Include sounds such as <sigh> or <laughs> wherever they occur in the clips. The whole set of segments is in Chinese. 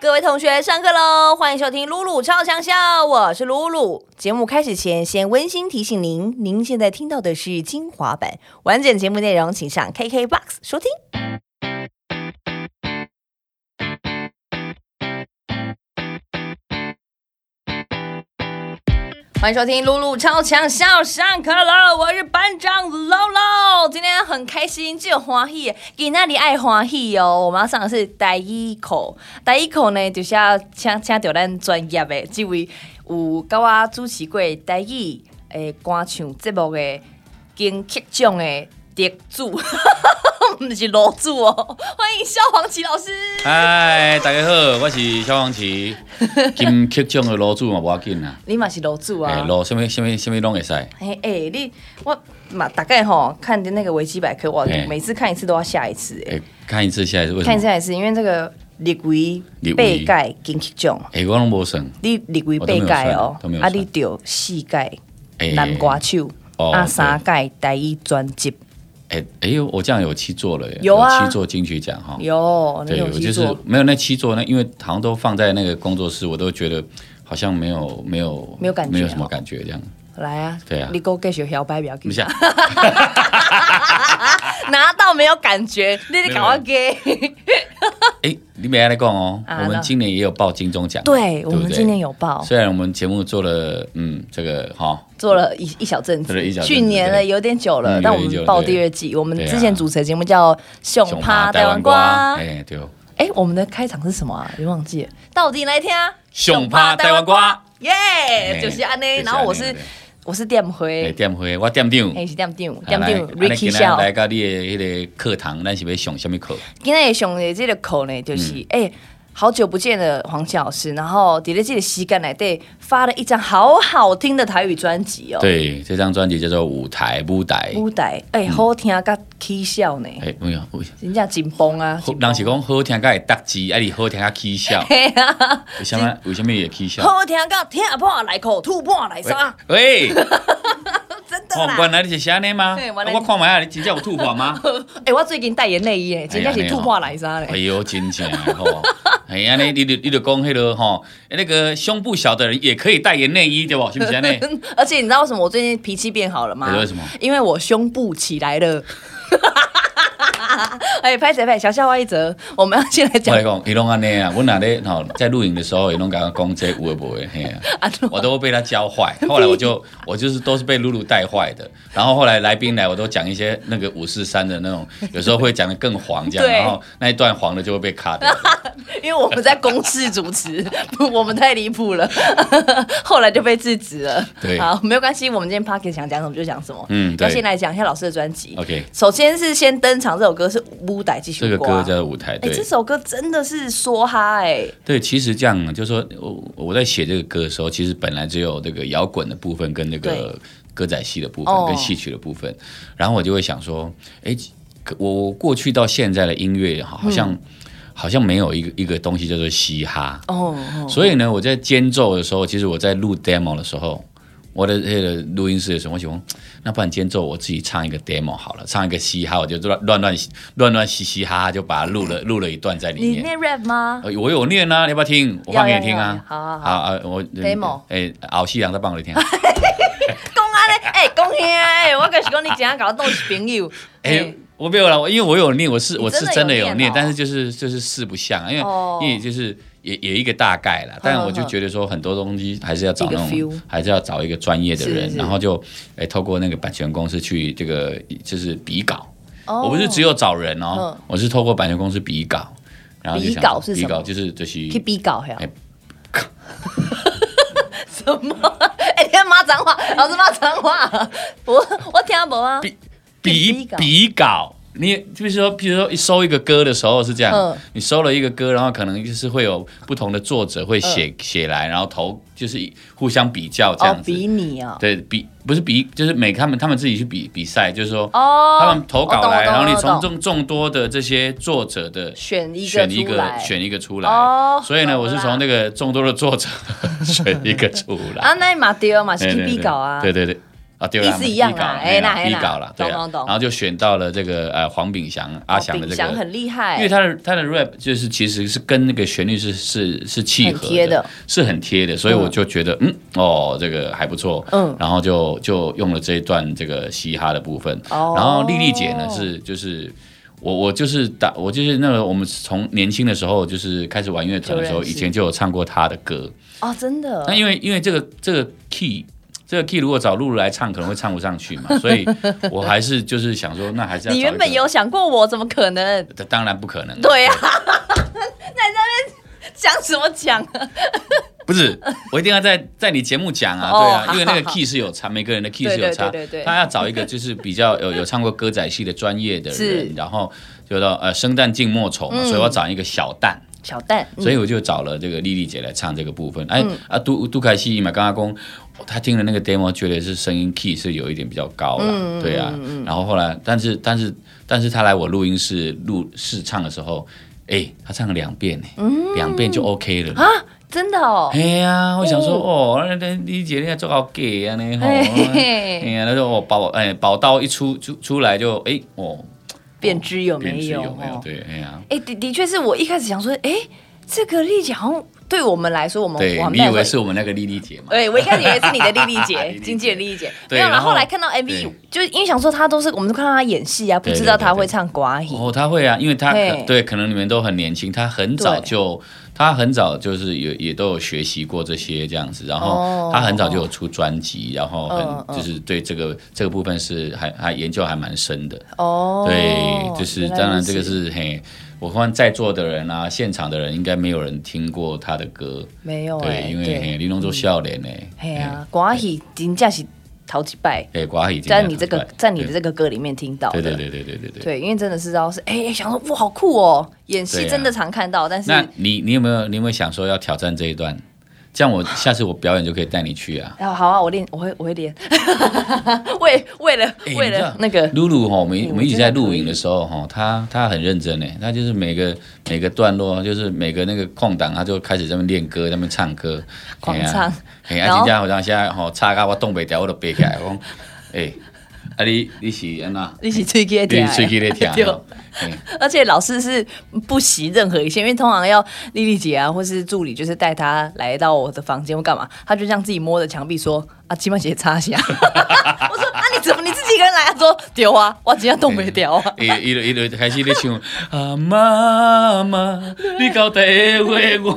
各位同学，上课喽！欢迎收听露露超强笑，我是露露。节目开始前，先温馨提醒您，您现在听到的是精华版，完整节目内容请上 KKBOX 收听。欢迎收听露露超强笑，上课了，我是班长露露，今天很开心，就欢喜的，给那里爱欢喜哦。我们要上的是第一课，第一课呢就是要请请到咱专业的这位有甲我主持过第一诶歌唱节目的金曲奖的 <laughs> 得主，不是楼主哦，欢迎萧煌奇老师。嗨，大家好，我是萧 <laughs> 煌奇，金曲奖的楼主嘛，无要紧啦。你嘛是楼主啊？哎，楼什么什么什么拢会使。哎、哎、你我嘛大概吼看的那个维基百科，我嘿每次看一次都要下一次、哎、哎，看一次下来是为看什一次么？下一次，因为这个立规立委被盖金曲奖，哎，我拢无算。你立规被盖哦我都没，有啊算你得四届哎南瓜手，哦啊对三届第一专辑，哎哎呦，我这样有七座了耶，有啊七座金曲奖哈。有那对，有我就去是做，没有那七座，那因为好像都放在那个工作室，我都觉得好像没有没有没有感觉没有什么哦感觉这样。来啊，对啊你给我继续摇摆表，不是啊，啊拿到没有感觉，你得赶快给。 <laughs> 哎，你没来讲哦，啊我们那今年也有报金钟奖。啊对不我们今年有报，虽然我们节目做了，嗯，这个哈，做了一一小阵做了一子，小阵子去年了对有点久了，嗯但有我点久们报对第二季，我们对啊之前主持的节目叫《熊熊趴趴台湾瓜瓜，》。哎，对哦。哎，我们的开场是什么啊？别忘记了，到底来听啊上趴台湾瓜，耶， <laughs> 哎就是安就是内。安尼然后我是对我是店哎，辉，店会我店长。哎是店长，啊店来长安尼 Ricky 今仔笑。来到你的迄个课堂，咱是要上什么课？今天上的这个课呢，就是哎、嗯欸好久不见的黄奇老师，然后伫咧这个时间内底发了一张好好听的台语专辑哦，对，这张专辑叫做《舞台舞台》。舞台哎、欸好听甲起笑呢，哎，没有，有真正紧绷啊，好人是讲好听甲会得志，啊，你好听甲起 <laughs> 笑。嘿啊，为什么？为什么会起笑？好听甲听啊破来口吐破来沙， <laughs> 喂，喂真的哦，啦原。来你是安尼吗？嘿啊原来我看卖啊，你真正有吐破吗？ <laughs> 哎、欸，我最近代言内衣诶，真正哎是安尼吐哦破来沙哎嘞。呦，真正的吼！哎呀，你你就你就讲迄个吼，那个胸部小的人也可以代言内衣，对不？是不是安尼？ <laughs> 而且你知道为什么我最近脾气变好了吗？哎为什么？因为我胸部起来了。 <laughs> 哎，拍谁拍？小笑话一则，我们要先来我讲来讲，伊拢安尼啊，我那咧吼在录影的时候，伊拢甲我讲这有的无的， <laughs> 嘿啊，我都被他教坏。后来我就我就是都是被露露带坏的。然后后来来宾来，我都讲一些那个五四三的 <laughs> 那种，有时候会讲的更黄这样，对然后那一段黄的就会被卡 <laughs> 掉。因为我们在公司主持， <laughs> 不我们太离谱了， <laughs> 后来就被制止了。对好，没有关系，我们今天 p o c k e t 想讲什么就讲什么。嗯那对先来讲一下老师的专辑。 OK 首先是先登场这首歌是《乌带继续这个刮歌叫做舞台，哎、对这首歌真的是说哈哎、对，其实这样啊就是说我我在写这个歌的时候，其实本来只有这个摇滚的部分跟那对个歌仔戏的部哦分跟戏曲的部分，然后我就会想说，哎，可我我过去到现在的音乐好好像、嗯好像没有一个一个东西叫做嘻哈，哦哦，所以呢，我在间奏的时候，其实我在录 demo 的时候，我的那个录音室的时候，我喜欢，那不然间奏我自己唱一个 demo 好了，唱一个嘻哈，我就乱乱乱乱乱嘻嘻哈哈就把它录了录了一段在里面。你念 rap 吗？呃我有念啊，你要不要听？我放给你听啊。要要要好好好啊，我 Demo 哎，敖西洋再放给 <laughs> 你听。啊讲啊 <laughs> 嘞，哎、讲兄哎，我可是讲你怎样搞到是朋友。哎、哎，我没有了，我因为我有念，我是我是真的有真的有念念哦，但是就是就是四不像，啊因为哦嗯因为就是也也一个大概啦。但我就觉得说很多东西还是要找那一个 feel 种，还是要找一个专业的是人，是然后就哎透过那个版权公司去这个就是比稿。哦我不是只有找人哦嗯，我是透过版权公司比稿，然后就想比稿是什么比稿就是就是去比稿呀哎？什么？ <laughs> 哎、你在骂脏话，老师骂脏话，我我听不啊。比比比稿比稿。你比如说，比如说一收一个歌的时候是这样，嗯你收了一个歌，然后可能就是会有不同的作者会写、写来，然后投就是互相比较嗯这哦样，子。比你啊、对比不是比，就是每他们他们自己去比比赛，就是说、哦，他们投稿来，我懂然后你我懂我从懂众众多的这些作者的选一个选一出来个选一个出来。哦所以呢，懂我是了从那个众多的作者 <laughs> 选一个出来。啊，那嘛对嘛是对去哎对比对稿啊，对对对，啊，对意啦，思一样比稿啦嘿哎啦哎比啦稿啦，对懂啊，懂懂然后就选到了这个呃黄炳祥阿翔的哦秉这个祥很厉害，因为他的他的 rap 就是其实是跟那个旋律是是是契很合贴的是很贴的，所以我就觉得嗯哦这个还不错，嗯然后就就用了这一段这个嘻哈的部分，哦然后丽丽姐呢是就是。我我就是打我就是那个我们从年轻的时候就是开始玩乐团的时就候，认识以前就有唱过她的歌。哦，真的那因为因为这个这个 key 这个 key 如果找露露来唱可能会唱不上去嘛，<laughs> 所以我还是就是想说那还是要你找一原本个有想过我，怎么可能？当然不可能对呀、啊，那你在那边讲什么讲啊？不是，我一定要在在你节目讲啊，哦对啊，因为好那好个好 key 是有差，每个人的 key 对是有对差，对对对他要找一个就是比较有有唱过歌仔戏的专业的是人，然后就到呃生旦净末丑嘛，嗯所以我要找一个小旦。小蛋，嗯所以我就找了这个丽丽姐来唱这个部分。哎、嗯啊，杜杜凯西嘛，刚刚公，哦他听了那个 demo，觉得是声音 key 是有一点比较高了，嗯嗯对啊。然后后来，但是但是但是他来我录音室录试唱的时候，哎，他唱了两遍呢、两遍就 OK 了。嗯啊，真的哦哎，呀，我想说哦，那那丽姐那个做好 gay 啊呢吼，嘿嘿嘿哎呀，那就我宝哎宝刀一出出出来就哎哦，便知有变没质有？有没有哦？对，哎呀，哎、的的确是我一开始想说，哎、这个丽姐好像对我们来说，我们对我们你以来为说是我们那个丽丽姐嘛？对，我一开始以为是你的丽丽丽姐丽，姐经纪人丽丽姐，没对有。然然后后后来看到对 MV，就是因为想说她都是我们都看到她演戏啊，不对知道对对她对会唱瓜戏。哦，他会啊，因为他嘿可对，可能你们都很年轻，他很早对就他很早就是也也都有学习过这些这样子，然哦后他很早就有出专辑，然后嗯嗯很就是对这个这个部分是还还研究还蛮深的，哦，对，就是原来当然如这个此是嘿，我看在座的人啊，现场的人应该没有人听过他的歌，没有哎对，，因为嘿，对林隆做笑脸哎，嘿啊，瓜戏真正是头几拜，嘿，哎，瓜已经在你这个在你的个，这个歌里面听到的。对对对对对对对。对因为真的是要是哎、想说哇好酷哦，演对戏啊真的常看到，但是那你你有没有你有没有想说要挑战这一段？这样我下次我表演就可以带你去啊。啊好啊，我练我会我会练， <laughs> 为为了、哎为你知了道那个露露哈，我们嗯我们一起在录影我觉得可以的时候哈，她她很认真呢，她就是每个每个段落，就是每个那个空档，她就开始在那边练歌，在那边唱歌，狂唱哎呀。然哎呀，后真正有当时啊吼，插到我东北调我都背起来， <laughs> 我讲，哎，啊你你是安那？一起吹给你吹起来听啊 <laughs> 对哦。嘿而且老师是不惜任何一切，因为通常要丽丽姐啊，或是助理，就是带她来到我的房间或干嘛，她就这样自己摸着墙壁说：“啊，鸡毛姐擦一下。” <laughs> 我说：“啊，你怎么你自己一个人来？”她说：“丢啊，我今天冻没掉啊。哎伊伊就伊就开始咧 <laughs> 唱啊妈妈，你到底会我？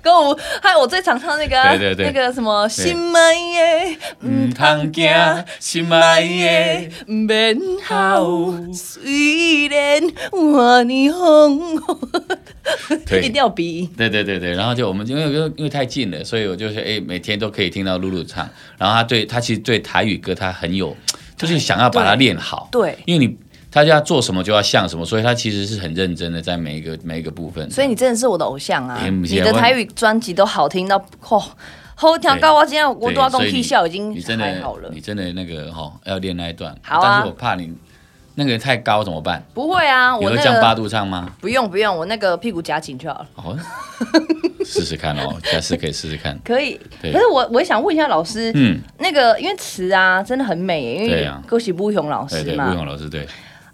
跟我还有我最常唱那个啊、对对对那个什么心门耶，唔通惊，心爱的。免好，虽然我你红，对一定要鼻音。对对对对，然后就我们因为因为因为太近了，所以我就是哎，每天都可以听到露露唱。然后她对她其实对台语歌她很有，就是想要把它练好。对因为你她就要做什么就要像什么，所以她其实是很认真的在每一个每一个部分。所以你真的是我的偶像啊！哎不是你啊的我台语专辑都好听到哦，后条高我今天我对都要所跟以屁你笑已经你真还的好了你，真的那个哈、哦、要练那一段，好啊但是我怕你那个太高怎么办？不会啊，你我会那这样八个度唱吗？不用不用，我那个屁股夹紧就好了，哦，试试看哦，下次可以试试看。可以。对可是我我也想问一下老师，嗯，那个因为词啊真的很美耶，因对为啊恭喜不雄老对师对，魏嘛，勇老师对，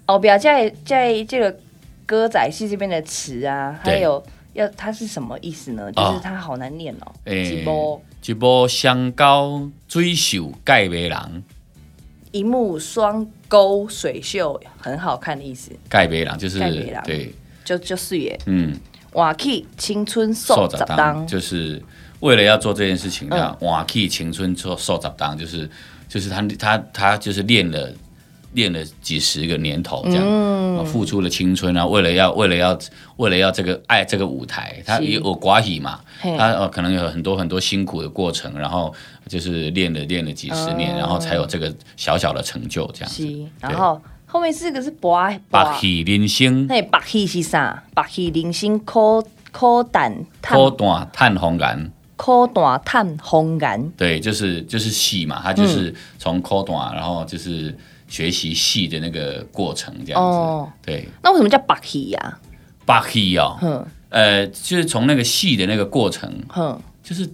哦，表在在这个歌仔戏这边的词啊，还对有要它是什么意思呢？就是它好难念哦，哎几波一波香膏水袖盖袂人。一目双钩水袖，很好看的意思，盖北郎就是盖北郎对，就就是耶。嗯，瓦 k 青春受受杂杂当，就是为了要做这件事情，那嗯瓦 k 青春受受杂当就是就是他他他就是练了。练了几十个年头，这样、嗯哦付出了青春啊，为了要为了要为了要这个爱这个舞台，他是也有寡喜嘛，嘿他呃可能有很多很多辛苦的过程，然后就是练了练了几十年，然后才有这个小小的成就这样子。哦是，然后后面四个是博爱把喜人生那白戏是啥？白戏人生苦苦胆探苦短叹红颜。苦胆探红颜，对，就是就是戏嘛，他就是从 c o d 然后就是学习戏的那个过程这样子。哦对，那为什么叫白戏呀？巴戏哦，哼呃，就是从那个戏的那个过程，哼，就是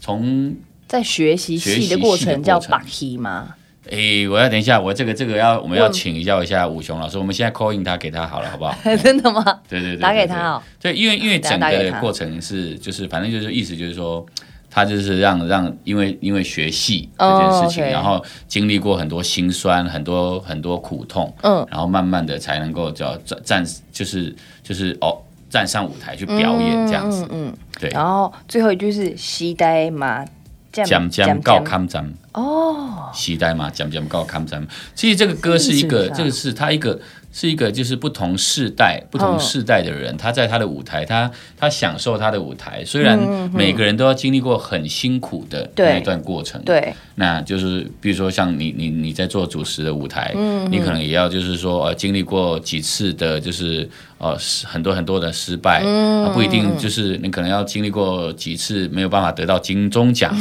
从在学习戏的过程叫白戏吗？ <laughs> 诶，我要等一下，我这个这个要我们要请教一下武雄老师，我们现在 call in 他给他好了，好不好？真的吗？对对对，打给他哦哦。对，因为因为等下整打给个他过程是就是反正就是意思就是说，他就是让让因为因为学戏这件事情哦，OK 然后经历过很多辛酸，很多很多苦痛，嗯然后慢慢的才能够叫站站就是就是哦站上舞台去表演这样子，嗯，嗯对，然后最后一句是西呆嘛，这讲讲告康展。哦，期待嘛，讲讲告康咱们。其实这个歌是一是个，是啊这个是他一个是一个，就是不同世嗯代、不同世代的人，他在他的舞台，他他享受他的舞台。虽然每个人都要经历过很辛苦的嗯对那一段过程，，对，那就是比如说像你你你在做主持的舞台，嗯你可能也要就是说呃经历过几次的，就是呃失很多很多的失败，嗯啊不一定就是你可能要经历过几次没有办法得到金钟奖，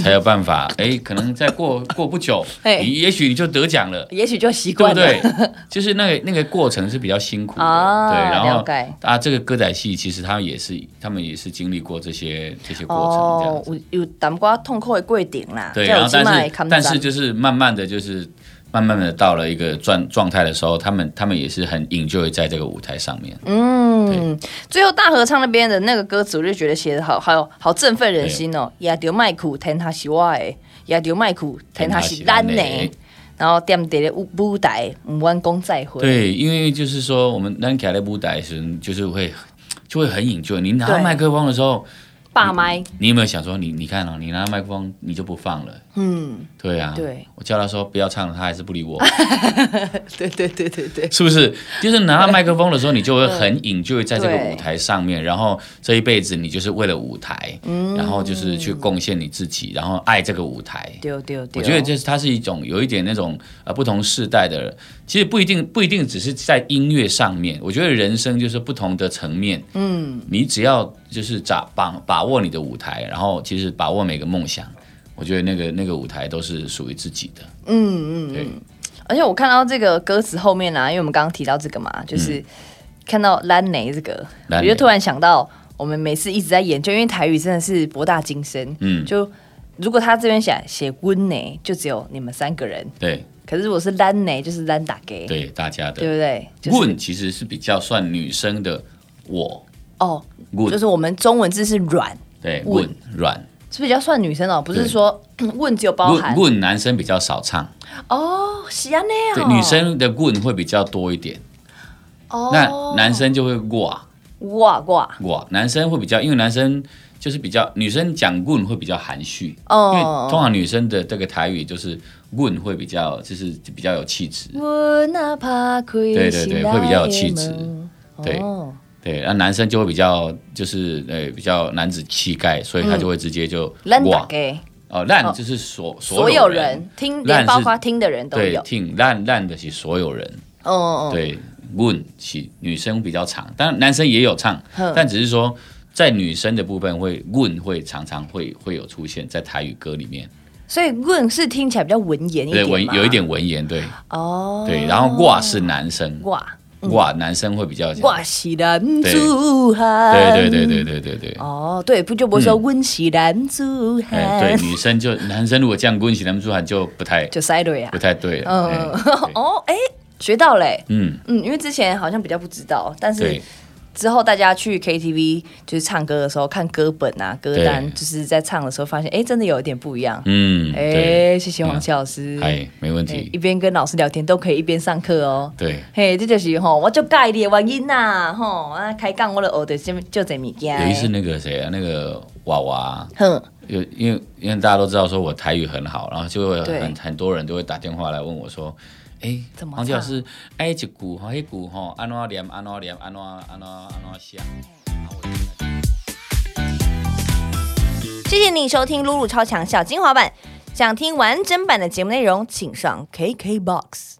才有 <laughs> 办法哎，可能再过过不久，嘿你也许你就得奖了。也许就习对不惯了，对？ <laughs> 就是那个那个过程是比较辛苦的，啊对。然了后解啊，这个歌仔戏其实他们也是，他们也是经历过这些这些过程，这样哦子。，有有淡薄仔痛苦的过程啦，对，才然有后这摆但的是抗但战是就是慢慢的就是慢慢的到了一个状状态的时候，他们他们也是很 enjoy 在这个舞台上面。嗯，最后大合唱那边的那个歌词，我就觉得写的好，还有好振奋人心哦。也丢麦苦，天他是我的；也丢麦苦，天他是咱天他是咱的的。然后踮伫咧舞舞台，唔弯讲再会。对，因为就是说我们 n a n k a 在舞台的时候，就是会就会很 enjoy。你拿到对麦克风的时候，霸麦，你有没有想说你你看啊，你拿到麦克风你就不放了？嗯，对啊，对，啊我叫他说不要唱了，他还是不理我， <laughs> 对对对对对，是不是？就是拿到麦克风的时候，你就会 <laughs> 很 enjoy 在这个舞台上面，然后这一辈子你就是为了舞台，然后就是去贡献你自己，然后爱这个舞台，丢丢丢。我觉得这是它是一种有一点那种呃不同世代的，其实不一定不一定只是在音乐上面，我觉得人生就是不同的层面，嗯，你只要就是把把把握你的舞台，然后其实把握每个梦想，我觉得那个那个舞台都是属于自己的，嗯嗯嗯，而且我看到这个歌词后面啊，因为我们刚刚提到这个嘛，就是看到兰梅这个，我蓝莓就突然想到，我们每次一直在研究，因为台语真的是博大精深，嗯就如果他这边写写温呢，就只有你们三个人；对可是如果是兰呢，就是兰打给，对，大家的对不对？就是问其实是比较算女生的我哦，问就是我们中文字是软，对问问软是比较算女生哦，不是对说问只有包含问问男生比较少唱，哦，喜安那对样，女生的问会比较多一点，哦，那男生就会哇。哇哇我男生会比较，因为男生就是比较，女生讲棍会比较含蓄，因为哦，通常女生的这个台语就是棍会比较，就是比较有气质，我哪怕开对对对会比较有气质对哦、对，那男生就会比较就是呃比较男子气概，所以他就会直接就嗯烂打哇给哦烂就是所所有有人，听，连烂是包括听的人都对有。听烂烂的是所有人，哦哦，哦对棍是女生比较长，当然男生也有唱哼，但只是说。在女生的部分会棍会常常会会有出现在台语歌里面，所以问是听起来比较文言一对点嘛，啊文有一点文言，对哦。嗯对，然后挂是男生，哇挂男生会比较讲，哇是男子汉，对对对对对对对，哦，对，不就不会说温是男子嗯哎汉对，，女生就男生如果这样滚起他们出喊就不太 <laughs> 就塞对呀啊不。太对了，嗯哎对 <laughs> 哦，哎，学到嘞。嗯嗯，因为之前好像比较不知道，但是对之后大家去 KTV 就是唱歌的时候看歌本啊、歌单，对就是在唱的时候发现，哎，真的有一点不一样。嗯对，哎，谢谢黄奇老师。哎没问哎一题，边跟老师聊天都可以一边上课哦。对，嘿，这就是吼，我就介你的原因呐，吼啊，开讲我就学的这就这物件。有一次那个谁啊，那个娃娃，哼，有因为因为大家都知道说我台语很好，然后就会有对很很多人都会打电话来问我说。哎，怎么黄老唱师，哎，一句吼，迄句吼，安怎念，安怎念，安怎安怎安怎写？啊我就谢谢你收听《露露超强小精华版》，想听完整版的节目内容，请上 KKBOX。